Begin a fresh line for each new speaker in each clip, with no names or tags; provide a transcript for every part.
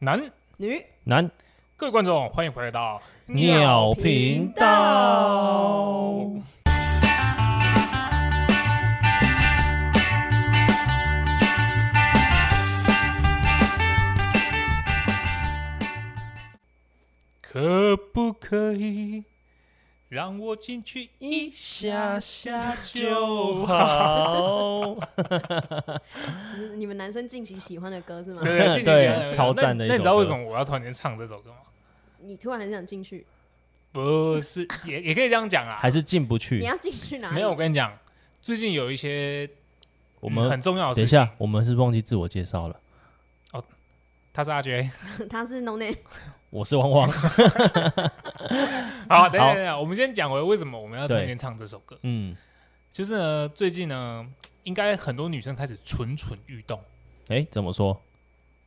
男
女
男
各位观众，欢迎回到
鸟频道。
可不可以让我进去一下下就好？
好，
只是你们男生近期喜欢的歌是吗？
对对，进去一下
对
就好
超赞的一
那。那你
首
知道为
歌
什么我要突然间唱这首歌吗？
你突然很想进去，
不是，也也可以这样讲啦。 啊
还是进不
你
去。
要进去哪里？
没有，我跟你讲，最近有一些
我
嗯
们
很重要的
等
事
一
情。
下，我们是忘记自我介绍了。
他是阿杰。
他是 No Name，
我是汪汪，
好，等一下
好
等一下，我们先讲回为什么我们要突然
对
间唱这首歌。
嗯，
就是呢，最近呢，应该很多女生开始蠢蠢欲动，
哎，怎么说？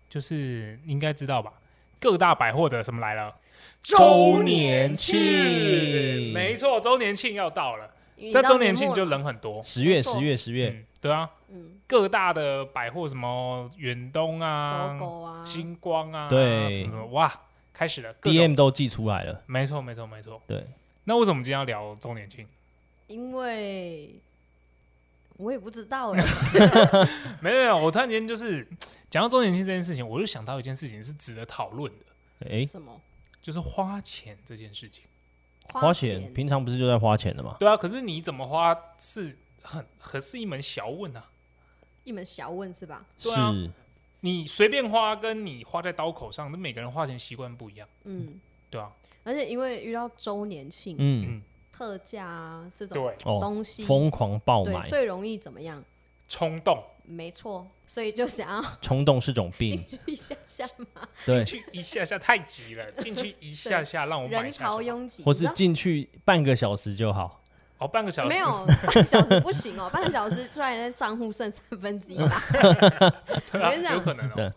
就是你应该知道吧？各大百货的什么来了？
周年庆
没错，周年庆要到了，
因为你
但
到
周年
末
庆就
了
人很多。
十月，
没错
十月，十月，
嗯，对啊，
嗯，
各大的百货什么远东啊
搜、狗啊，
星光啊，
对
什么什么，哇，开始了。各种
，DM 都寄出来了。
没错，没错，没错。
对，
那为什么我们今天要聊周年庆？
因为我也不知道 哎，
没有，没有，我突然间就是讲到周年庆这件事情，我就想到一件事情是值得讨论的，
哎，
什么
就是花钱这件事情。
花
钱
钱，平常不是就在花钱的吗？
对啊，可是你怎么花是很很是一门小问啊。
一门小问是吧？
对
是
啊你随便花跟你花在刀口上，那每个人花钱习惯不一样，
嗯，
对啊，
而且因为遇到周年庆、
嗯，
特价啊这种
对，
哦，
东西，
疯狂爆
对
买，
最容易怎么样？
冲动
没错，所以就想要
冲动是种病
进。去一下下嘛，
对
进，去一下下太急了，进去一下下让我买
人
一下
潮
就好
拥挤，
或
你知
是
道
进去半个小时就好。
哦，半个小时
没有半个小时不 行哦，半个小时突然在账户剩三分之一吧。
对啊
我跟你讲
有可能 哦，
对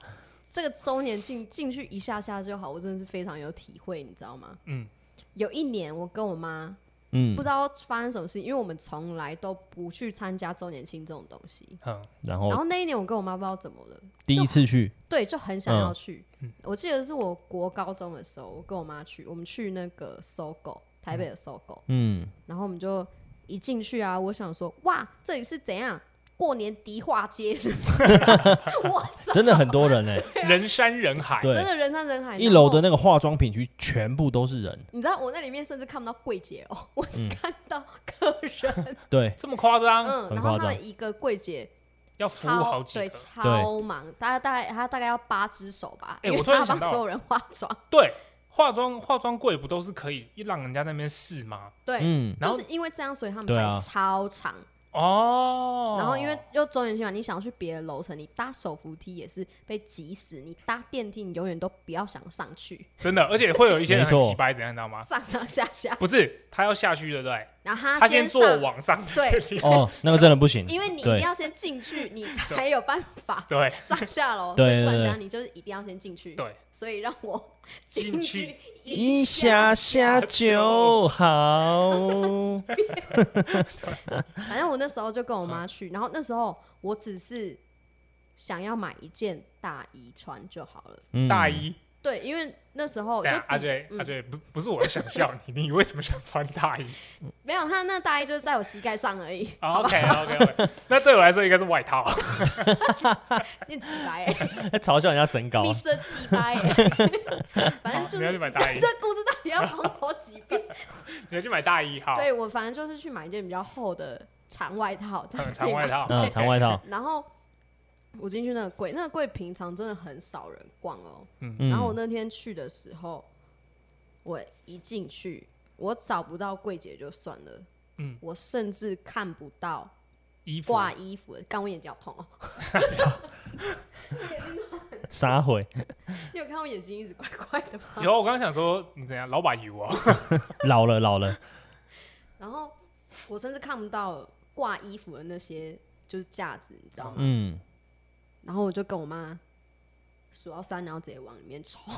这个周年庆进去一下下就好，我真的是非常有体会，你知道吗？
嗯，
有一年我跟我妈
嗯
不，知道发生什么事，因为我们从来都不去参加周年庆这种东西。
嗯，
然
然
后
后那一年我跟我妈不知道怎么了，
第一次去，
对，就很想要去。
嗯
我记得是我国高中的时候，我跟我妈去，我们去那个搜狗，台北的搜狗，
嗯，
然后我们就一进去啊，我想说，哇，这里是怎样过年迪化街是不是？我操，
真的很多人哎、
啊
人山人海，
对
真的人山人海。
一楼
哎然后
的那个化妆品区全部都是人，
你知道我那里面甚至看不到柜姐 哦，我只看到客人。
对，
这么夸张，
嗯，
很
然后
夸
他
张
们一个柜姐
要服务好几
超对，
个，
超忙，大概大概他大概要八只手吧，
哎
因为
我突然
他
想到
帮所有人化妆。
对，化妆化妆柜不都是可以一让人家在那边试吗？
对，
嗯，
然
就
后
是因为这样，所以他们
对啊
排超长。
哦，
然后因为又周年庆嘛，你想要去别的楼层，你搭手扶梯也是被挤死，你搭电梯你永远都不要想上去，
真的，而且会有一些人很
没错
奇掰，怎样你知道吗？
上上下下。
不是，他要下去对不对？
然后他
他先
上，
坐往上 的
对
地方，
哦，那个真的不行，
因为你一定
对
要先进去，你 才有办法
对，
上下 楼，
对
所以不管
对
怎
对
样，你就是一定要先进去。
对，
所以让我
进
进
去
去
一下下就 好，
反正我那时候就跟我妈
嗯
去，然后那时候我只是想要买一件大衣穿就好了。
嗯
大一。
对，因为那时候就
对啊，阿
比
杰，
嗯
阿杰，不不是我想笑你，你为什么想穿大 衣
没有他那大衣就是在我膝盖上而已，好吧，
？OK OK OK，那对我来说应该是外套。
念几白、欸，
嘲笑人家身高
密，设几 白、欸，反正就
啊你要去
是
买大衣，
这故事到底要从头几遍？
你要去买大 衣，好，
对我反正就是去买一件比较厚的长外套，这
嗯
样可以
长外
吗
套，
嗯，长外套，
然后我进去那个柜，那个柜平常真的很少人逛哦、
嗯，
然后我那天去的时候，我一进去，我找不到柜姐就算了，
嗯
我甚至看不到
衣服啊
挂衣服的，干我眼睛好痛哦、
撒回，
你有看我眼睛一直怪怪的吗？
有，我刚刚想说你怎样，老把油哦，
老了老了，
然后我甚至看不到挂衣服的那些就是架子，你知道吗？
嗯，
然后我就跟我妈数到三，然后直接往里面冲，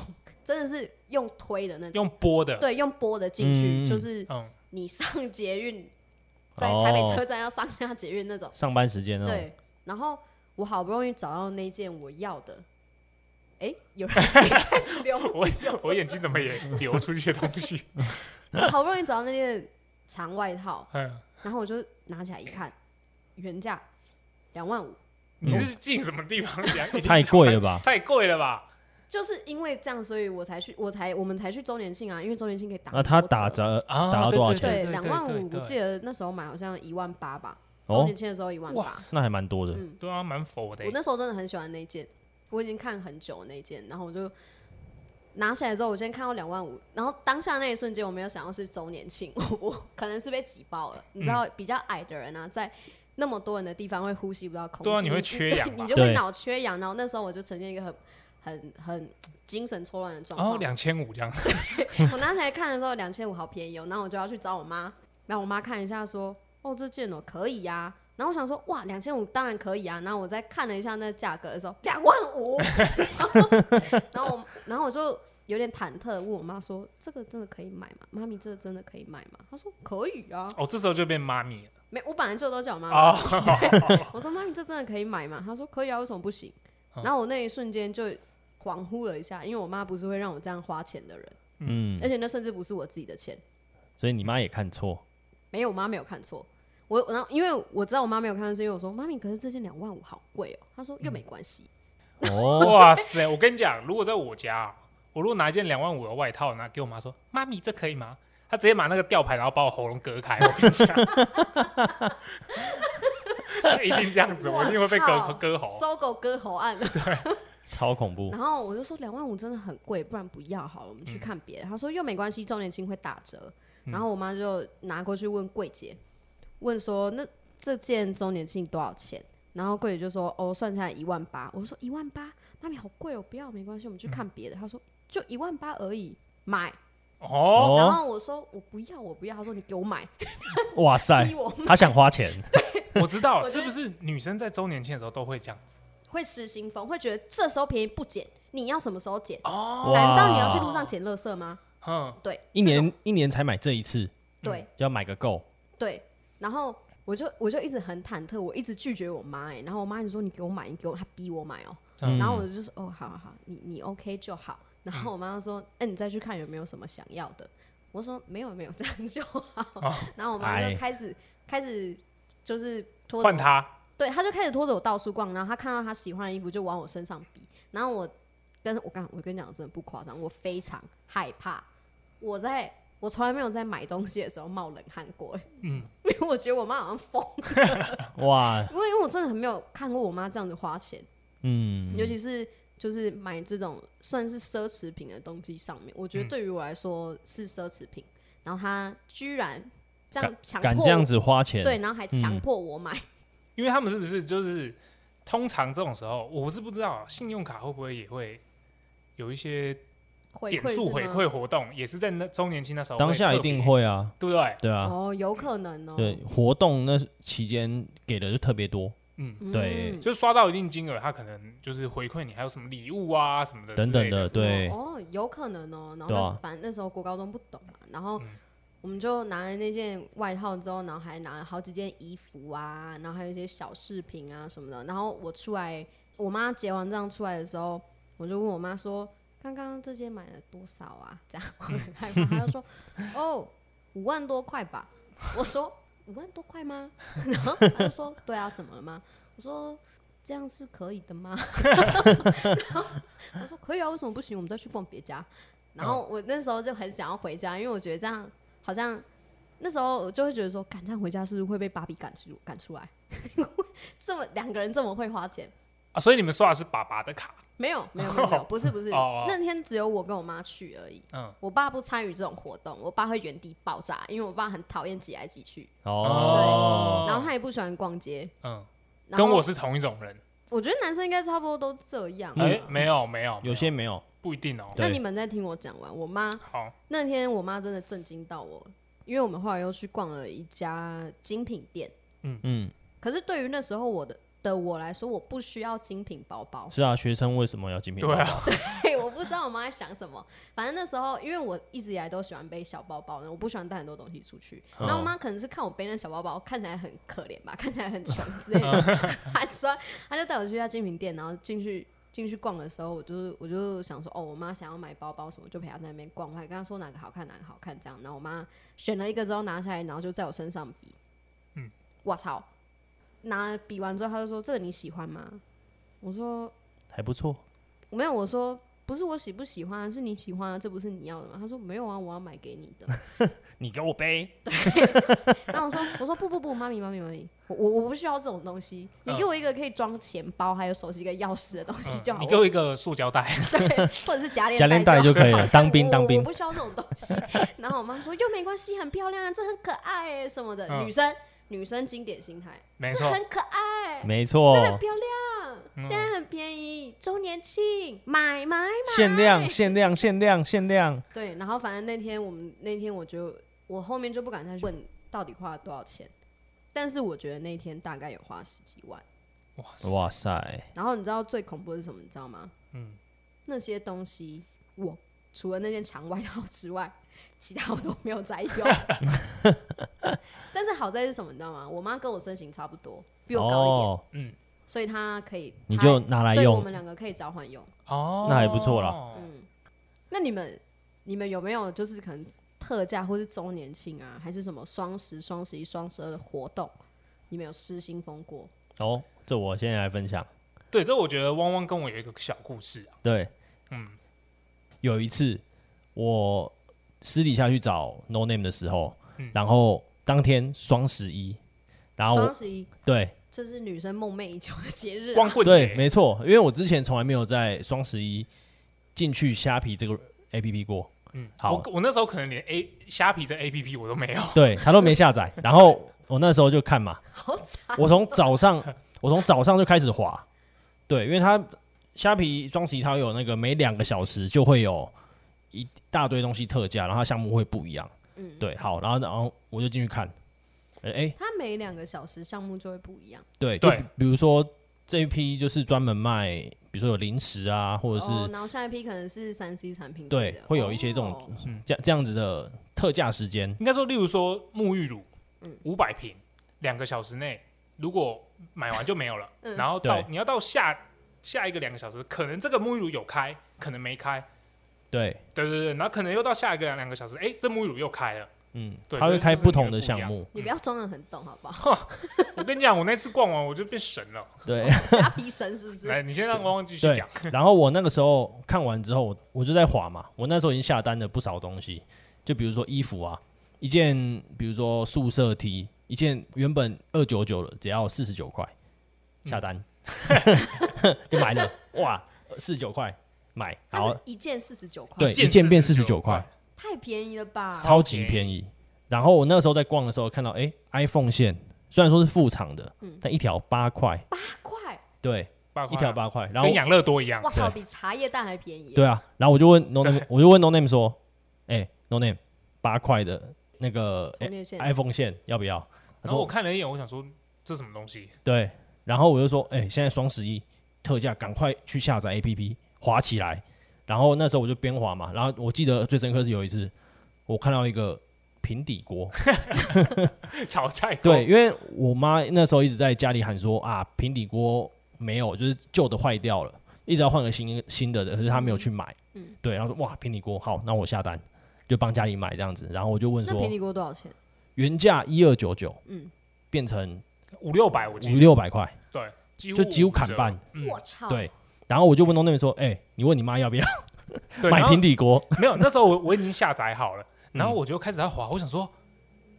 真的是用推的那种，
用拨的，
对，用拨的进去，
嗯嗯
就是
嗯，
你上捷运，在台北
哦
车站要上下捷运那种。
上班时间哦，
对，然后我好不容易找到那件我要的，哎、有 人也开始流
我我眼睛怎么也流出一些东西？
好不容易找到那件长外套，
嗯，
然后我就拿起来一看，原价两万五，
你是进什么地方？已经
嗯太贵了吧？
太贵了吧？
就是因为这样，所以我才去，我才我们才去周年庆啊，因为周年庆可以打
那他
很多
打
折
折
啊
打到多少钱？
对
对
两
对
万
对
五，我
对
记得那时候买好像一万八吧，周
哦
年，庆的时候一万
哇
八，
那还蛮多的。
嗯，
对啊，蛮佛的
我。那时候真的很喜欢那一件，我已经看很久那一件，然后我就拿起来之后，我先看到两万五，然后当下那一瞬间我没有想到是周年庆， 我我可能是被挤爆了。你知
嗯
道，比较矮的人啊，在那么多人的地方会呼吸不到空气，
对啊你会缺氧
对
吧
你就会
对
脑缺氧。然后那时候我就呈现一个很很很精神错乱的状
哦，
况。
两千五这样，
我拿起来看的时候，两千五好便宜哦，然后我就要去找我妈，然后我妈看一下说，哦，这件哦可以呀、然后我想说，哇，两千五当然可以啊。然后我再看了一下那价格的时候，两万五。 然后，然后我，然后我就有点忐忑，问我妈说：“这个真的可以买吗？妈咪，这个真的可以买吗？”她说：“可以啊。
哦，这时候就变妈咪了”
没，我本来就都叫我妈妈
哦，
我说妈，你这真的可以买吗？她说可以啊，为什么不行？然后我那一瞬间就恍惚了一下，因为我妈不是会让我这样花钱的人，
嗯
而，且那甚至不是我自己的钱。
所以你妈也看错，
没有，我妈没有看错。我然后因为我知道我妈没有看错，是因为我说妈咪，可是这件两万五好贵哦、她说又没关系，
哦，
哇塞！我跟你讲，如果在我家啊，我如果拿一件两万五的外套拿给我妈说：“妈咪，这可以吗？”她直接拿那个吊牌，然后把我喉咙隔开。我跟你讲， 一定这样子，我一定会被
哇
割
靠
割喉。
搜狗割 喉案。
超恐怖
然。后我就说两万五真的很贵，不然不要好了，我们去
嗯
看别的。她说又没关系，周年庆会打折。
嗯
然后我妈就拿过去问柜姐，问说那这件周年庆多少钱？然后柜姐就说哦，算下来一万八。我说一万八，妈咪好贵哦，不要没关系，我们去看别的。她说就一万八而已，买。
哦，
然
哦，
后我说我不要，我不要。她说你给我买，
哇塞
逼，我买
他想花钱，
我知道，
我觉
是
得
不是女生在周年庆的时候都会这样子？
会失心疯，会觉得这时候便宜不捡，你要什么时候捡？
哦，
难道你要去路上捡垃圾吗？
嗯，
对，
一
这种
年一年才买这一次，
对
就要买个够。
对。然后我就我就一直很忐忑，我一直拒绝我妈哎、然后我妈就说你给我买，你给我，她逼我买哦、
嗯
然后我就说哦，好好好，你你 OK 就好。然后我妈就说，哎、你再去看有没有什么想要的。我说没有没有，这样就好。
哦
然后我妈
哎
就开始开始就是拖着
换
我
她
对，他就开始拖着我到处逛，然后他看到他喜欢的衣服就往我身上比，然后我，但是我刚我跟你讲，真的不夸张，我非常害怕，我在我从来没有在买东西的时候冒冷汗过，欸
嗯，
因为我觉得我妈好像疯，
哇，
因为因为我真的很没有看过我妈这样子花钱，
嗯，
尤其是就是买这种算是奢侈品的东西上面，我觉得
嗯
对于我来说是奢侈品，然后她居然这样强
敢
迫
这样
我
子花钱，
对，然后还强
嗯
迫我买，
因为他们是不是就是通常这种时候，我是不知道啊信用卡会不会也会有一些
回
点
馈
数
是
回
吗
馈活动，也是在那周年庆那时候
当下
特
一定
别，
会啊，
对不对？
对啊，
哦，有可能哦，
对，活动那期间给的就特别多，
嗯，
对
嗯
就刷到一定金额，他可能就是回馈你还有什么礼物啊什么的
等
之
等
类的。
呃对，
哦，哦有可能哦。然后那
对
时
啊
候、反正那时候国高中不懂嘛，然后
嗯
我们就拿了那件外套之后，然后还拿了好几件衣服啊，然后还有一些小饰品啊什么的。然后我出来，我妈结完账出来的时候，我就问我妈说：“刚刚这件买了多少啊？”这样，她她就说：“哦，五万多块吧。”我说：“五万多块吗？” 然后她就说：“对啊，怎么了吗？”我说。这样是可以的吗？我说可以啊，为什么不行？我们再去逛别家。然
嗯
后我那时候就很想要回家，因为我觉得这样好像那时候我就会觉得说，赶这样回家是不是会被芭比赶出赶出来？ 这么两个人这么会花钱？
啊，所以你们刷的是爸爸的卡，
没有没有没 有没有，不是不是，
哦哦
那天只有我跟我妈去而已。
嗯，
我爸不参与这种活动，我爸会原地爆炸，因为我爸很讨厌挤来挤去，
哦，
然后他也不喜欢逛街。
嗯，
然后
跟我是同一种人。
我觉得男生应该差不多都这样吧。
哎、没有没有，
嗯有些没有，
不一定哦。
那
对
你们再听我讲完，我妈
好，
那天我妈真的震惊到我，因为我们后来又去逛了一家精品店。
嗯，，
可是对于那时候我的的我来说，我不需要精品包包
是啊，学生为什么要精品？
对啊，
嘿，我不知道我妈在想什么。反正那时候，因为我一直以来都喜欢背小包包，然后我不喜欢带很多东西出去。
哦
然后我妈可能是看我背那小包包看起来 很可怜吧，看起来很穷之类的，寒酸，她就带我去一家精品店，然后进去进去逛的时候，我就是我就想说，哦，我妈想要买包包什么，就陪她在那边逛，我还跟她说哪个好看哪个好看这样。然后我妈选了一个之后拿下来，然后就在我身上比，
嗯，
我操！拿比完之后，她就说这个你喜欢吗？我说
还不错。
没有，我说不是我喜不喜欢，是你喜欢啊，这不是你要的吗？他说没有啊，我要买给你的。
你给我背，
那我说我说不不不，妈咪妈咪妈咪，我我我不需要这种东西，
嗯
你给我一个可以装钱包、还有手机跟钥匙的东西就
嗯
好，
你给我一个塑胶袋，
对，或者是夹链
夹链袋
就
就
好
可以了。当兵
我
当
我
兵
不需要这种东西。 然后我妈说又没关系，很漂亮啊，这很可爱、欸、什么的。
嗯
女生女生经典心态，
没
这
错，
很可爱，
没错，嗯
这很漂亮，现在很便宜，周年庆买买。
限量限量限量限量。
对，然后反正那天我们那天我就我后面就不敢再去问到底花了多少钱，但是我觉得那天大概有花十几万。欸
哇塞，
哇塞，
然后你知道最恐怖的是什么？你知道吗？
嗯，
那些东西我除了那件长外套之外，其他我都没有再用。 但是好在是什么？你知道吗？我妈跟我身形差不多，比我高一点，
哦，
所以她可以，
你
她
就拿来
对我
用。
们两个可以交换用。
哦，
那还不错啦
嗯，那你们你们有没有就是可能特价或是周年庆啊，还是什么双十、双十一、双十二的活动，你们有失心疯过？
哦，这我现在来分享。
对，这我觉得汪汪跟我有一个小故事啊，
对，
嗯，
有一次我私底下去找 No Name 的时候，
嗯
然后当天双十一，然后
双
啊我
十一
对
这是女生梦寐以求的节日啊、
光棍
对，
节，
没错，因为我之前从来没有在双十一进去虾皮这个 A P P 过，
嗯，
好
我我那时候可能连 A 虾皮这 A P P 我都没有，
对他都没下载。然后我那时候就看嘛，
好惨。
我从早上我从早上就开始滑，对，因为它虾皮双十一它有那个每两个小时就会有一大堆东西特价，然后它项目会不一样。
嗯，
对，好，然后然后我就进去看，哎、哎
它每两个小时项目就会不一样，
对
对，
就比比如说这一批就是专门卖，比如说有零食啊，或者是、
哦，然后下一批可能是三 C 产品之类
对
的，
会有一些这种
哦
这样这样子的特价时间。
应该说，例如说沐浴乳
嗯，
五百瓶，两个小时内如果买完就没有了，
嗯
然后到
对
你要到下下一个两个小时，可能这个沐浴乳有开，可能没开，
对，
对对对，然后可能又到下一个两个小时，哎，这沐浴乳又开了。
嗯，
对
它
所
会
以
开
就是
不
每个
同的
不一
项
样
目，
你不要装的很懂好不好？
我跟你讲，我那次逛完我就变神了。
对。
虾皮神是不 是？
来，你先让汪汪继续
对
讲。
然后我那个时候看完之后，我我就在滑嘛，我那时候已经下单了不少东西，就比如说衣服啊，一件比如说宿舍 T，一件原本二九九了，只要四十九块，
嗯
下单、 就买了，哇，四十九块买，
它
然后
啊
是一件四十九块，
对
一件
一件变四十
49
九块
块，
太便宜了吧？
超级便宜。然后我那时候在逛的时候看到，哎，iPhone 线虽然说是副厂的，
嗯
但一条八块，
八块，
对，
八
一
块
条
啊
八块，然后
跟养乐多一样
哇，，
对
靠，比茶叶蛋还便宜。
对啊，然后我就问 No Name，我就问 No Name 说：“哎、n o Name，八块的那个、哎
充电线
iPhone 线要不要？”他
然后我
说
看了一眼，我想说这什么东西？：“
对。”然后我就说：“哎、现在双十一特价，赶快去下载 APP 滑起来。”然后那时候我就边滑嘛，然后我记得最深刻是有一次，我看到一个平底锅，
炒菜锅
哦
对，，因为我妈那时候一直在家里喊说啊，平底锅没有，就是旧的坏掉了，一直要换个新新的的，可是她没有去买。
嗯
对，然后说哇，平底锅好，那我下单，就帮家里买这样子。然后我就问
那平
说，
底锅多少钱？
原价一二九九
嗯，
变成
五六百，我记
五
得，
六百块，
对，几乎
就几乎砍
五折
半。。
嗯
我操，
对，然后我就问东那边说，哎、你问你妈要不要
对，
买
然后
平底锅？
没有，那时候我我已经下载好了，然后
嗯
我就开始在滑，我想说。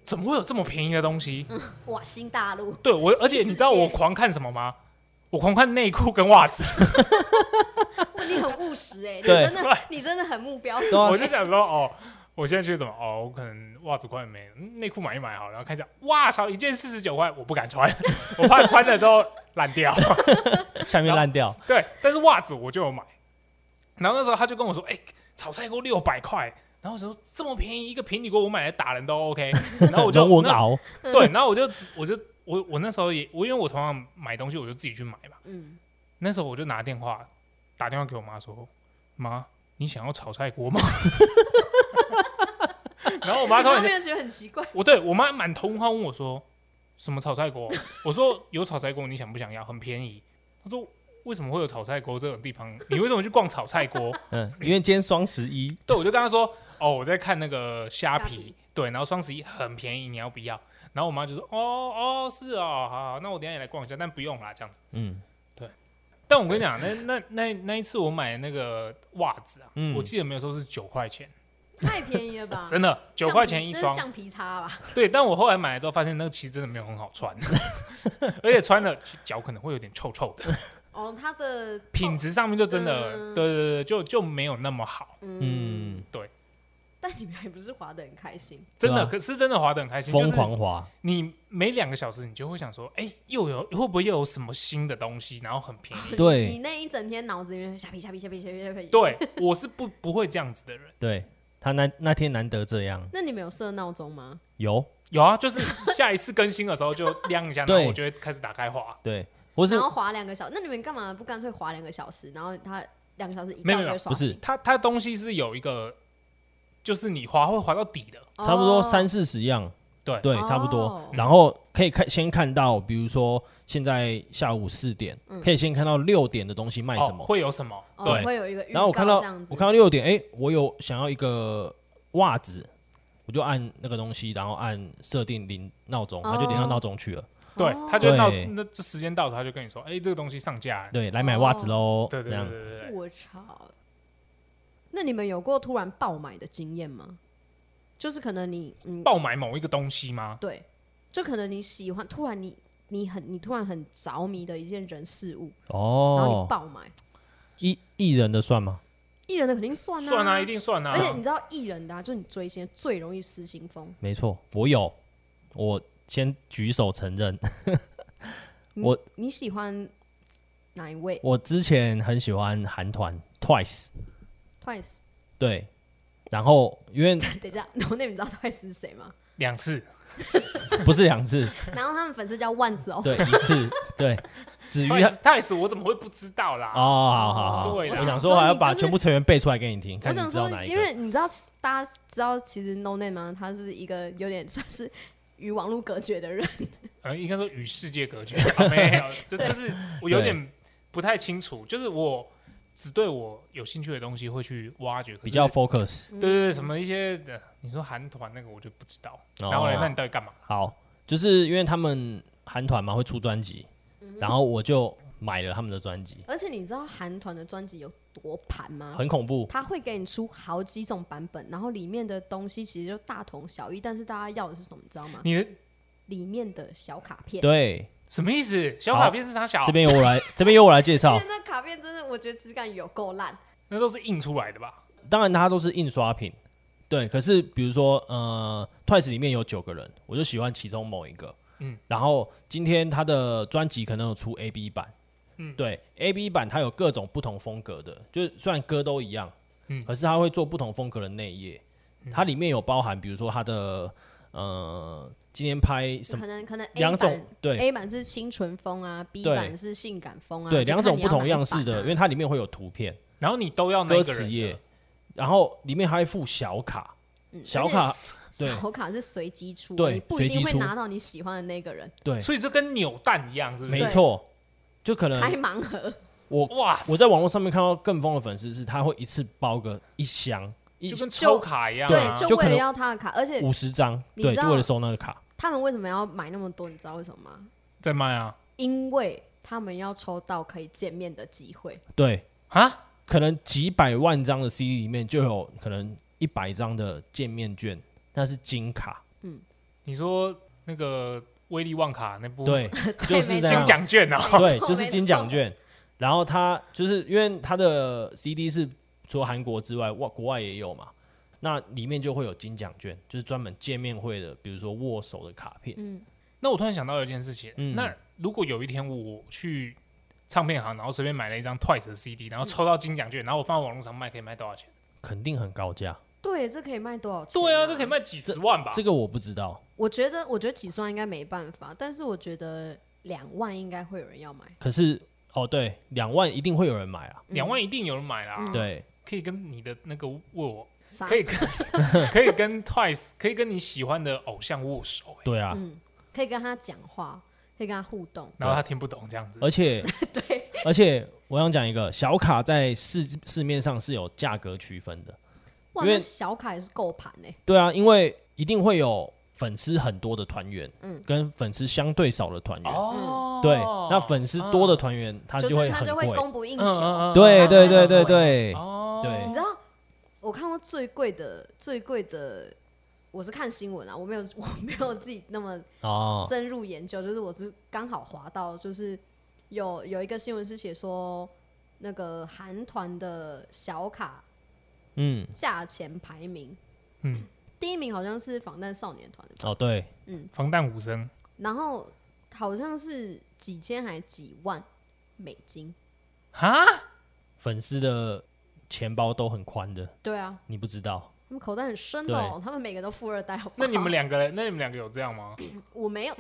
怎么会有这么便宜的东西？
哇，新大陆，
对我，而且
新世
你知道我
界
狂看什么吗？我狂看内裤跟袜子，
哇你很务实哎、你
对
真的，你真的很目标性
对啊
我就想说，哦，我现在去怎么？哦，我可能袜子快没了，嗯内裤买一买好了，然后看一下，哇操，一件四十九块，我不敢穿， 我怕穿了之后烂掉。
下面烂掉。
对，但是袜子我就有买。然后那时候他就跟我说：“哎、炒菜锅六百块。”然后我说：“这么便宜一个平底锅，我买来打人都 OK。”然后我就
容文
那
熬，
对，然后我就只我就我我那时候也我因为我同样买东西，我就自己去买嘛。
嗯，
那时候我就拿电话打电话给我妈说：“妈，你想要炒菜锅吗？” 然后我妈突
有
然
没
间，
有觉得很奇 怪？
我对我妈满头问号 问我说：“什么炒菜锅？”我说：“有炒菜锅，你想不想要？很便宜。”她说：“为什么会有炒菜锅这种地方？你为什么去逛炒菜锅？
嗯，因为今天双十一，
对，我就跟他说，哦，我在看那个虾
虾
皮，
皮
对，然后双十一很便宜，你要不要？然后我妈就说，哦哦，是哦，好好，那我等一下也来逛一下，但不用啦，这样子。
嗯，
但我跟你讲，那那那那一次我买那个袜子啊，
嗯
我记得没有说是九块钱，
太便宜了吧？
真的九块钱一
那是
双。
橡皮擦吧？
对，但我后来买了之后发现，那个其实真的没有很好穿， 而且穿了脚可能会有点臭臭的，
哦，它的
品质上面就真的，
嗯
对对对，就就没有那么好。
嗯，
嗯，
但你们还不是滑得很开心？
真的，
对啊
可是真的滑得很开心，就
疯
是
狂滑，
你每两个小时，你就会想说，哎、又有会不会又有什么新的东西，然后很便 宜？
你
对
那一整天脑子里面虾皮虾皮虾皮虾皮虾皮。。
对，我是不不会这样子的人。
对，他那那天难得这样，
那你们有设闹钟吗？
有
有啊，就是下一次更新的时候就亮 一下，然
对
后我就会开始打开滑。
对，或是
然后滑两个小时，那你们干嘛不干脆滑两个小时？然后它两个小时一
没有没
到就会
有
刷
不是
新，
它它东西是有一个，就是你滑会滑到底的，
差不多
哦
三四十样，
对
对，差不多
哦。
然后可以看先看到，比如说现在下午四点，
嗯
可以先看到六点的东西卖什
哦、
么。
会有什么？
哦
对，
会有一个预
然后我
告
看到
这样子
我看。到六点，哎，我有想要一个袜子，我就按那个东西，然后按设定铃闹钟，它就点到
哦
闹钟去了。
对
哦，
他就到
对
那这时间到时，他就跟你说，哎、这个东西上架了。
对，来买袜子
哦
喽。
对对
这
对
样
对对对，
我操！那你们有过突然爆买的经验吗？就是可能你嗯，
爆买某一个东西吗？
对，就可能你喜欢，突然你你很你突然很着迷的一件人事物，然后你
哦，
爆买，
艺艺人的算吗？
艺人的肯定
哦
算啊，
算啊，一定算啊
而。且你知道艺人的、啊，就你追星最容易失心疯，
没错，我有，我先举手承认，
你
我
你喜欢哪一位
我之前很喜欢韩团 Twice，
？Twice，
对，然后因为
等一下， 然后那你知道 Twice 是谁吗？
两次，
不是两次，
然后他们粉丝叫万 哦，
对，一次，对，子瑜
泰斯泰斯，我怎么会不知道啦？
啊哦，好好好，
对啦
我
我
想
想
说还要
说你
把
就是
全部成员背出来给你听，
我
看你
想
知道
说
哪，一
因
个。
为你知道，大家知道其实 No Name 吗？他是一个有点算是与网络隔绝的人，
呃，应该说与世界隔绝， 啊没有，这这是我有点不太清楚，就是我只对我有兴趣的东西会去挖掘，可是
比较 focus，
对对对，什么一些的，你说韩团那个我就不知道，然后嘞，那
哦
你到底干嘛？
好，就是因为他们韩团嘛会出专辑，
嗯
然后我就买了他们的专辑，
而且你知道韩团的专辑有多盘吗？
很恐怖，
他会给你出好几种版本，然后里面的东西其实就大同小异，但是大家要的是什么，你知道吗？
你的
里面的小卡片。
对，
什么意思？小
好
卡片是啥小
这？边由我来，这边由我来介
里
绍
面。的卡片真的，我觉得质感有够烂。
那都是印出来的吧？
当然它都是印刷品，对。可是比如说，呃，Twice 里面有九个人，我就喜欢其中某一个，
嗯。
然后今天他的专辑可能有出 A B 版，
嗯
对，A B 版它有各种不同风格的，就是虽然歌都一样，
嗯
可是它会做不同风格的内页，它里面有包含，比如说它的，呃，今天拍什么
可能可能 A
两种
版，
对
A 版是清纯风啊，B
对
版是性感风啊，
对，
就
两
看
种
你要
不同
哪一
样式
版
的，
啊
因为它里面会有图片、
然后你都要那
歌
个人
词页
的，，
然后里面还附小卡，
嗯
小
而且
卡对
小卡是随机出，
对
你不一
随
定
机
会
出
拿到你喜欢的那个人，
对，
所以就跟扭蛋一样，是不
没
是？
错，就可能
开盲盒，
我
哇，
我在网络上面看到更疯的粉丝是，他会一次包个一箱一
就跟抽卡一样啊！
对，
就
就
可
为了
能嗯
要他的卡，而且
五十张，
你知
对，
道
就为了收那个卡。
他们为什么要买那么多？你知道为什么吗？
在卖啊
因为他们要抽到可以见面的机会，
对，
啊！
可能几百万张的 CD 里面就有可能一百张的见面券，那是金卡，
你说那个威力旺卡那部
对，就是
没
这
哦
错
金
样，
奖券啊，
对，
没错
就是
没
金
错
奖券。然后他就是因为他的 CD 是除了韩国之外，外国外也有嘛，那里面就会有金奖券，就是专门见面会的，比如说握手的卡片。
嗯，
那我突然想到一件事情，
嗯
那如果有一天我去唱片行，然后随便买了一张 Twice 的 CD，然后抽到金奖券，然后我放在网络上卖，可以卖多少钱？
肯定很高价，
对，这可以卖多少钱、
对啊，这可以。卖几十万吧？
这个我不知道。
我觉得，我觉得几十万应该没办法，但是我觉得两万应该会有人要买。
可是哦，对，两万一定会有人买啊。
两万一定有人买啦，
嗯
对，
可以跟你的那个握，
啥
可以 跟可以跟 Twice，可以跟你喜欢的偶像握手、欸
嗯
对啊，
嗯，可以跟他讲话，可以跟他互 动。
然后他听不懂这样子。
而且
对，
而且我想讲一个，小卡在市市面上是有价格区分的，
哇，
因为
那小凯是够盘欸呢。
对啊，因为一定会有粉丝很多的团员，
嗯
跟粉丝相对少的团员，
哦
嗯对，那粉丝多的团员他
嗯就是
会
他
很
就会
贵，
供不应求。啊
对对
啊
对
啊
对
啊
对
嗯哦，
你
对，
知道我看过最贵的最贵的，我是看新闻啊，我没有 我没有自己那么
哦，
深入研究，就是我是刚好滑到，就是有有一个新闻是写说那个韩团的小卡
嗯，
价钱排名，
嗯，
第一名好像是防弹少年团的，嗯
哦对，
防弹五声，
然后好像是几千还几万美金，
哈，
粉丝的钱包都很宽的，
对啊，
你不知道，
他们口袋很深的、哦，他们每个都富二代好不
那
好
你们两个，那你们两个有这样 吗？
我没 有，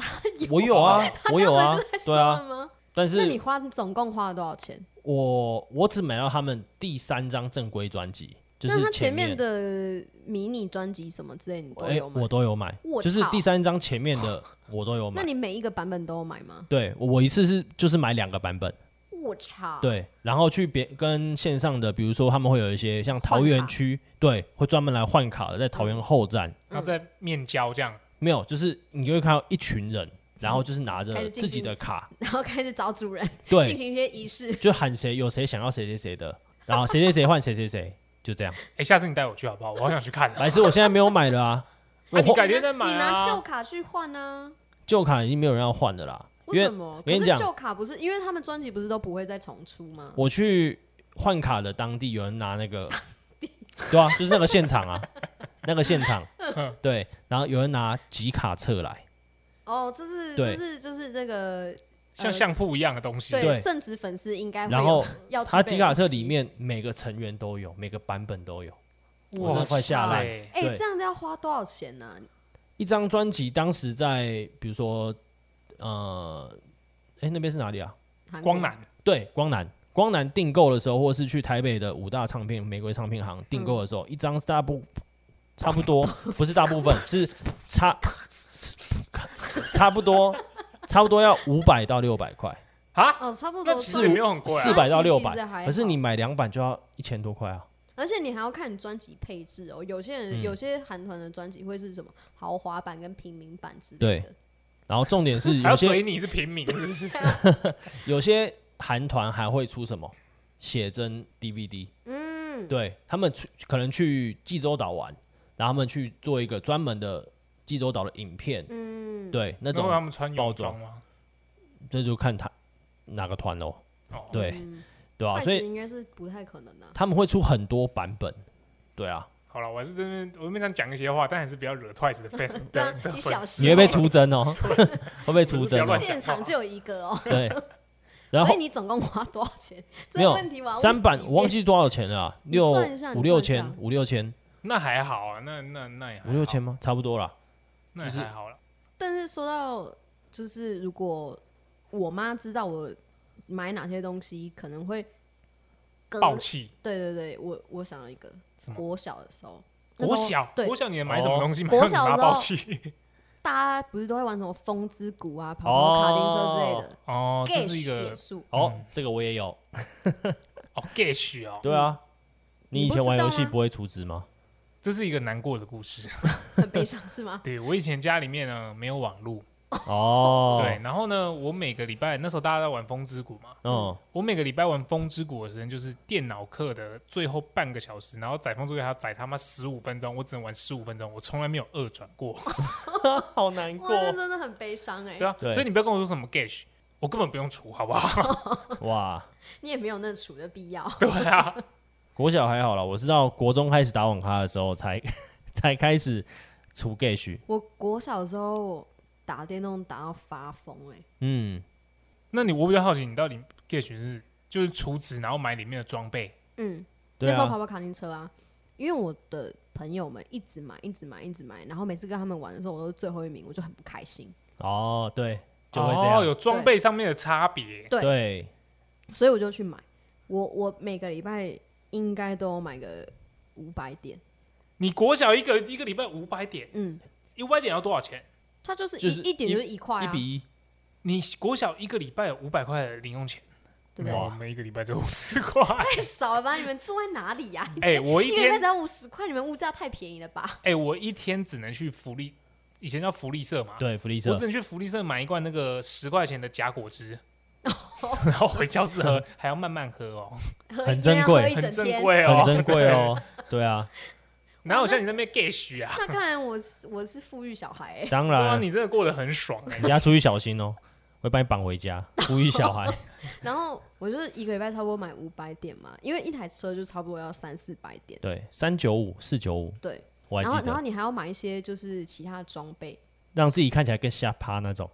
我有啊，我 有啊，对啊，
吗？
但
那你
是
花总共花了多少钱？
我我只买到他们第三张正规专辑，就
那
是
他前
面
面的迷你专辑什么之类，你都
哎，
有买？
我都有买
我，
就是
操
第三张前面 的我都有
那
买。
你每一个版本都有买吗？
对，我一次是就是买两个版本，
我操！，
对，然后去别跟线上的，比如说他们会有一些像桃
换
园
卡嗯
区，对，会专门来换卡的，在桃园后站
然后在面交这样，
没有，就是你就会看到一群人，然后就是拿
开
着
始
自己
进行
的卡，
然后开始找主人进
对，
行一些仪式。
就喊谁有谁想要谁谁谁的，然后谁谁谁换谁谁谁，就这样。
哎，下次你带我去好不好？我好想去看。啊
白痴，我现在没有买了啊，我
你
后
改天再买
你拿旧
啊。
卡去换啊？
旧卡已经没有人要换的啦，因
为
为
什么？可
跟你
是
讲
旧卡不是因为他们专辑不是都不会再重出吗？
我去换卡的当地有人拿那个，对啊，就是那个现场啊， 那个现场，对，然后有人拿集卡册来，
哦，这是这
对
是就是那个
像
呃
相扑一样的东西，
对
正直粉丝应该会
然
有
后
要
他
具备
集卡
的
册
东西
里。面每个成员都有，每个版本都有，我
哇
真的快吓烂
塞
哎，
对
这样子要花多少钱呢？
一张专辑当时在比如说，呃，哎那边是哪里啊？
韩国
光南，
对，光南。光南订购的时候，或是去台北的五大唱片、玫瑰唱片行订购的时候，一张大部差不多，不是大部分，是差差不多差不多要五百到六百块。
啊，
哦，差不
那
多
其实也没有很贵
四
啊。
百
专
到
辑
六
其实还
百，
好
可是你买两版就要一千多块啊。
而且你还要看你专辑配置哦，有些人、
嗯
有些韩团的专辑会是什么豪华版跟平民版之类
对
的。
然后重 点是
还
有
要
些
嘴你是平 民，是不是？
有些韩团还会出什么写真 DVD，
嗯，
对他们去可能去济州岛玩，然后他们去做一个专门的济州岛的影片，
嗯，
对那
那
种
他们穿
包
泳
装
装吗？
这就看他哪个团喽，
哦，
对
嗯，
对吧、
坏
所
事
以
应该是不太可能的、啊。
他们会出很多版本，对啊，
好了，我还是这边我这边想讲一些话，但还是不要惹 Twice 的 fan
对
的
啊
的粉
你小
丝。
心
你会被出征 哦，会被出
不
征
要
哦
乱，讲
现场就有一个哦，
对。 然
所
后
以你总共花多少钱？这
没有
个问题我要问
三版
几
我忘
遍
记多少钱了啊、
你
六
算一下你
五六
算一
千
下，
五六千，
那还好啊，那那那也还好
五六千，吗？差不多啦。
那也还好了。
但是说到就是，如果我妈知道我买哪些东西，可能会更
暴气，
对对对，我我想到一个
什，么
国小的时候，那时
国
候
小，
对
国小你买什
哦
么东西买
国
到你
小的
妈
时候
暴气？
大家不是都会玩什么风之谷啊、跑跑卡丁车之类的。
哦，这
Gash
是一个
点 数，
哦
嗯，
这个我也有。
哦 Gash 哦，
对啊，
你
你以
不
前
知
玩游
道啊
戏
吗
不会出资 吗？
这是一个难过的故事。
很悲伤是吗？
对我以前家里面呢没有网络，
哦，
对，，然后呢，我每个礼拜那时候大家在玩风之谷嘛，
嗯，
我每个礼拜玩风之谷的时间就是电脑课的最后半个小时，然后载风之谷还要载他妈十五分钟，我只能玩十五分钟，我从来没有二转过。
好难
哇，那真的很悲伤哎
对。啊，
对
所以你不要跟我说什么 Gash，我根本不用除，好不好？
哇！
你也没有那处的必 要。
对啊，
国小还好啦，我是到国中开始打网咖的时候才 才开始除 gage。
我国小的时候打电动打到发疯哎、
嗯，
那你我比较好奇，你到底 Gash 是就是储值，然后买里面的装备，
嗯，
对
那时候跑
啊，
跑卡丁车啊，因为我的朋友们一直买，一直买，一直买，然后每次跟他们玩的时候，我都是最后一名，我就很不开心。
哦，对，就会这样。
哦，有装备上面的差别。
对
对，
所以我就去买。我我每个礼拜应该都有买个五百点，
你国小一个一个礼拜五百点，
嗯，
五百点要多少钱？
它就是一、
就是
一点
一
就是一块
一
啊，
比一，
你国小一个礼拜有五百块的零用钱，
对不
没有
对？
我们一个礼拜就五十块。
太少了吧？你们住在哪里呀、
哎、 我一
一个月
天
才五十块，你们物价太便宜了吧？
哎、我一天只能去福利，以前叫福利社嘛，
对，福利
我
社
只能去福利社买一罐那个十块钱的假果汁，
哦
然后回教室喝，还要慢慢喝哦，
很珍贵
很
一人要喝一整
珍
天。
贵哦，
很珍贵 哦。对啊，
对。哪有像你那边 gay 许啊？
那看来我是我是富裕小孩、欸，
当
对啊，
然，
你真的过得很爽哎、
你家出去小心哦，我会把你绑回家，呼吁小 孩。
然后我就是一个礼拜差不多买五百点嘛，因为一台车就差不多要三四百点。
对，三九五、四九五，
对，
我还
然后
记
然后
得，
你还要买一些就是其他的装备，
让自己看起来更下趴那种。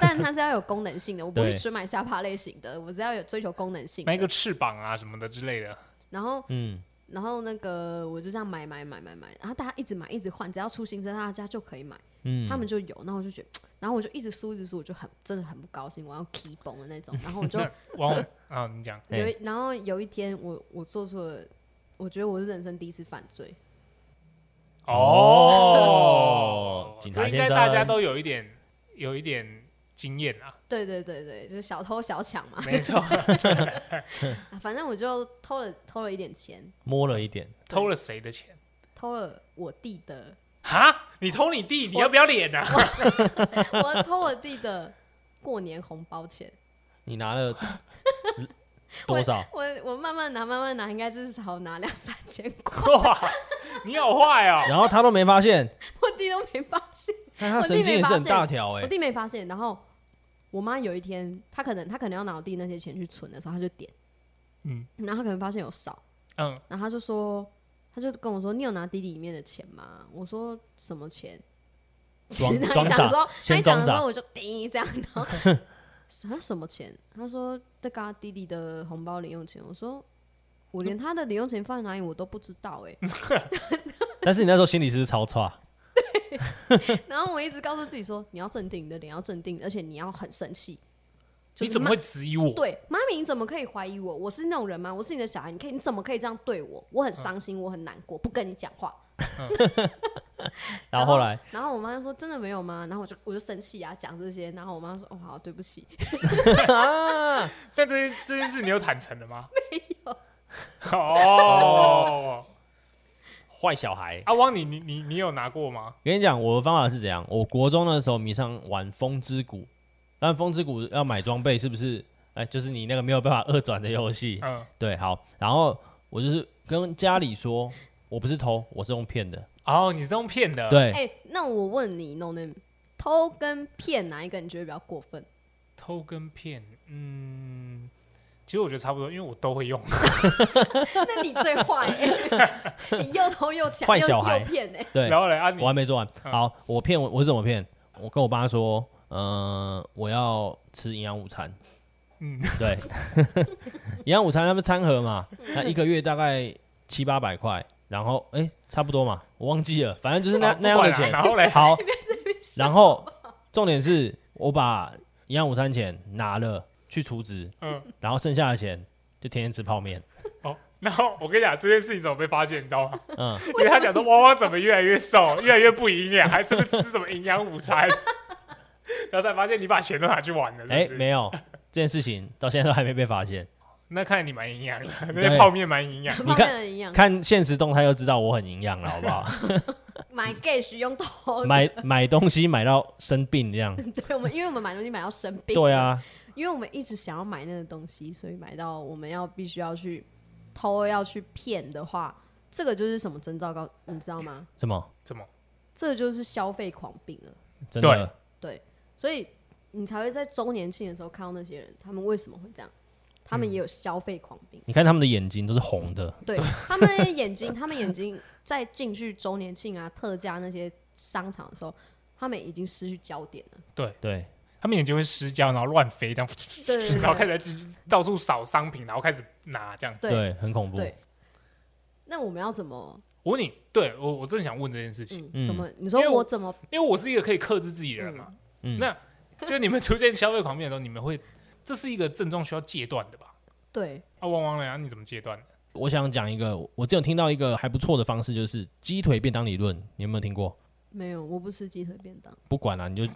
但它是要有功能性的，我不会
对
只买下巴类型的，我只要有追求功能性的。
买一个翅膀啊什么的之类的，
然后
嗯，
然后那个我就这样买买买买买，然后大家一直买一直换，只要出新车，大家就可以买，
嗯
他们就有。然后我就觉得，然后我就一直输一直输，我就很真的很不高兴，我要 k 崩的那种。然后我就
那往 我啊，你讲
有一，然后有一天我我做错了，我觉得我是人生第一次犯罪，
哦警察
这应
先
该
生
大家都有一点有一点经验 啊，
对对对对，就是小偷小抢嘛，
没错，
啊反正我就偷了偷了一点钱，
摸了一点，
偷了谁的钱？
偷了我弟的，
哈，你偷你弟，你要不要脸啊？
我偷我弟的过年红包钱。
你 拿了多少？
我我慢慢拿，慢慢拿，应该至少拿两三千 块，
哇，你好坏哦！
然后他都没发现，
我弟都没发现，
但他神经也是很大条哎、
我弟没发现。然后我妈有一天，她可能她可能要拿我弟那些钱去存的时候，她就点，
嗯，
然后她可能发现有少，
嗯，
然后她就说，她就跟我说，你有拿弟弟里面的钱吗？我说什么钱？其
装
实她
装
讲的时
傻
候，她
先
一讲的
装
时候
傻，
我就滴这样，然后她什么钱？她说在刚刚弟弟的红包零用钱，我说。我连他的零用钱放在哪里我都不知道哎、
但是你那时候心里是不是超差？
然后我一直告诉自己说，你要镇定，你的脸要镇定，而且你要很生气。就是
你怎么
妈
会质疑我？
对妈咪？你怎么可以怀疑我？我是那种人吗？我是你的小孩，你可以你怎么可以这样对我？我很伤心，我很难过，不跟你讲话。
然后 后来，
然后我妈就说：“真的没有吗？”然后我就我就生气啊，讲这些。然后我妈说：“哦，好，对不起。
啊，
但这件这件事你有坦诚了吗？ 没有。哦，
坏小孩。
阿汪，你你你你有拿过吗？
跟你讲，我的方法是怎样？我国中的时候迷上玩风之谷，但风之谷要买装备是不是？哎，就是你那个没有办法二转的游戏。
嗯
对，好，然后我就是跟家里说，我不是偷，我是用骗的。
哦，你是用骗的。，
对，
哎，那我问你，No Name，偷跟骗哪一个你觉得比较过分？
偷跟骗，嗯，其实我觉得差不多，因为我都会用。
那你最坏、欸， 你又偷又抢
坏
又
小孩
又骗哎、
对，
然后嘞，啊你
我还没说完。
嗯
好，我骗我，我是怎么骗？我跟我爸说，呃，我要吃营养午餐。
嗯，
对， 营养午餐他们餐盒嘛，那一个月大概七八百块，然后哎、差不多嘛，我忘记了，反正就是那、
好
那样的
不管了
钱。
然后嘞，
好，
笑
然后重点是我把营养午餐钱拿了去储值，
嗯，
然后剩下的钱就天天吃泡面。
哦，然后我跟你讲这件事情怎么被发现，你知道吗？
嗯，
因为他讲说汪汪怎么越来越瘦，越来越不营养，还真的吃什么营养午餐， 然后才发现你把钱都拿去玩了，
哎、
是不是？
没有这件事情到现在都还没被发现。
那看来你蛮营养的，那
对
些泡面蛮营养的。
你
方
看
面的营养，
看现实动态就知道我很营养了，好 不好？
买 Gash 用偷，
买买东西买到生病这样。
对我们，因为我们买东西买到生病，
对，啊，
因为我们一直想要买那个东西，所以买到我们要必须要去偷要去骗的话，这个就是什么征兆高，你知道吗？
什么
怎么？
这个就是消费狂病了，
真
对
的？
所以你才会在周年庆的时候看到那些人，他们为什么会这样？他
嗯
们也有消费狂病，
你看他们的眼睛都是红的，
对他们的眼睛，他们眼睛在进去周年庆啊、特价那些商场的时候，他们已经失去焦点了。
对，
他们眼睛会失焦，然后乱飞，这样，
对对对
然后开始在到处扫商品，然后开始拿这样子。
对
对，很恐怖。
对那我们要怎么？
我问你，对我我真的想问这件事情，
嗯，
嗯
怎么？你
因为
说
我
我怎么？
因为我是一个可以克制自己的人嘛。
嗯
那就你们出现消费狂病的时候，你们会，这是一个症状需要戒断的吧？
对，
啊，汪汪嘞，啊，你怎么戒断？
我想讲一个，我之前有听到一个还不错的方式，就是鸡腿便当理论，你有没有听过？
没有，我不吃鸡腿便当。
不管了、你就，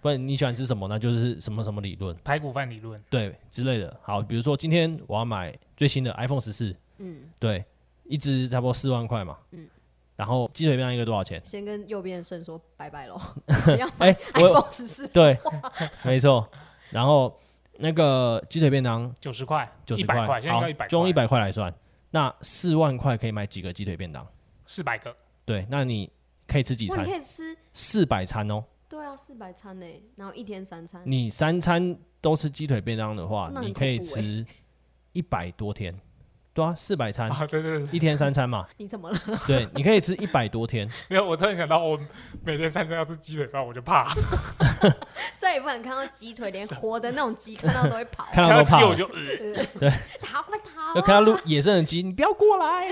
不然你喜欢吃什么，那就是什么什么理论，
排骨饭理论，
对之类的。好，比如说今天我要买最新的 iPhone 十四，
嗯，
对，一只差不多四万块嘛，嗯，然后鸡腿便当一个多少钱？
先跟右边的肾说拜拜喽，不要买
哎 我
iPhone 十四。
对， 没错。然后那个鸡腿便当
九十块，
九
一
十
百块，现在应
好
该一百，，
就用一百块来算，那四万块可以买几个鸡腿便当？
四百个，
对，那你可以吃几
哇，
餐
你？可以吃，
四百餐哦。
对啊，四百餐呢，然后一天三餐。
你三餐都吃鸡腿便当的话
嗯那，很
你可以
恐怖欸
吃一百多天，对啊，四百餐，
啊， 对对对，
一天三餐嘛，
你怎么了？
对，你可以吃一百多天，
没有，我突然想到，我每天三餐要吃鸡腿饭，我就怕，
再也不敢看到鸡腿，连活的那种鸡看到都会跑。
看
看
到
到
都怕
鸡我
了，
就呃，
逃快哦逃
要！看到
哦
路野生的鸡，你不要过来，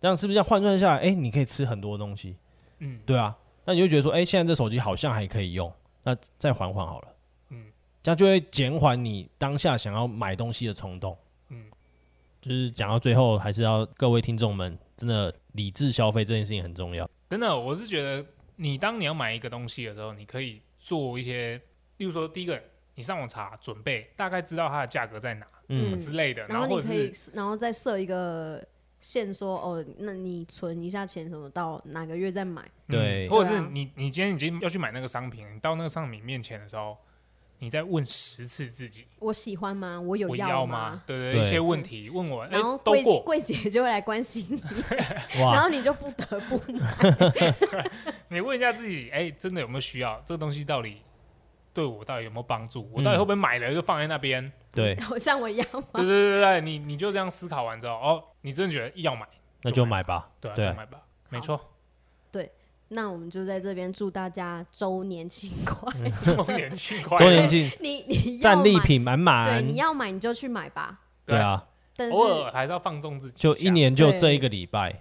这样是不是这样换算下来？哎、你可以吃很多东西，
嗯，
对啊，那你就觉得说，哎、现在这手机好像还可以用，那再缓缓好了，嗯
嗯，
这样就会减缓你当下想要买东西的冲动，嗯
嗯，
就是讲到最后，还是要各位听众们真的理智消费这件事情很重要。
真的，我是觉得你当你要买一个东西的时候，你可以做一些，例如说，第一个，你上网查准备，大概知道它的价格在哪
嗯
嗯
之类的，
然后
后
你
或者
可以
是，
然后再设一个线说，哦，那你存一下钱，什么到哪个月再买？
对
嗯或者
对
是
啊
你你今天已经要去买那个商品，你到那个商品面前的时候，你再问十次自己，
我喜欢吗？我有
我
要
要吗？？对对，
对
一些问题问我，哎
然后，
都
柜
过，
柜姐就会来关心你，然
哇，
后你就不得不买。
你问一下自己，哎、真的有没有需要？这个东西到底对我到底有没有帮助？我到底会不会买了就放在那 边？
对，
我像我一样
对对对对，你你就这样思考完之后，哦，你真的觉得要买，
那就买 吧。
对、啊，
对
就买吧，没错，
那我们就在这边祝大家周年庆快乐！
周年庆快乐，
周年庆
你你要
嗯战利
买，
品满
对，
满，
你要买你就去买吧。
对啊，
但是
偶尔还是要放纵自己，
就一，年就这一个礼拜，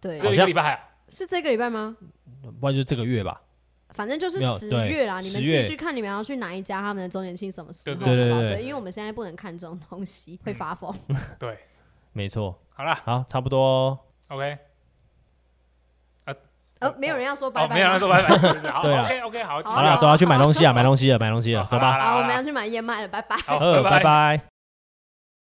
对，
这一
好像
个礼拜还
是这个礼拜吗？
不然就这个月吧。
反正就是
没有
十
对
月啦，你们自
10月
己去看你们要去哪一家他们的周年庆什么时候，
对
好
对
不好？
对对对
对，因为我们现在不能看这种东西，会发疯。
对，
没错，
好啦
好，差不多哦。
，OK，
呃，没有人要说拜
哦，
拜吗，
没有人说拜拜，是不是？好
对啊
，OK OK，好，
好
好了，走啊，去买东西啊，买东西啊，买东西啊，
好
走吧。
啦
好，我
啦
们要去买燕麦了，拜拜。
好，
呃，
拜
拜。拜。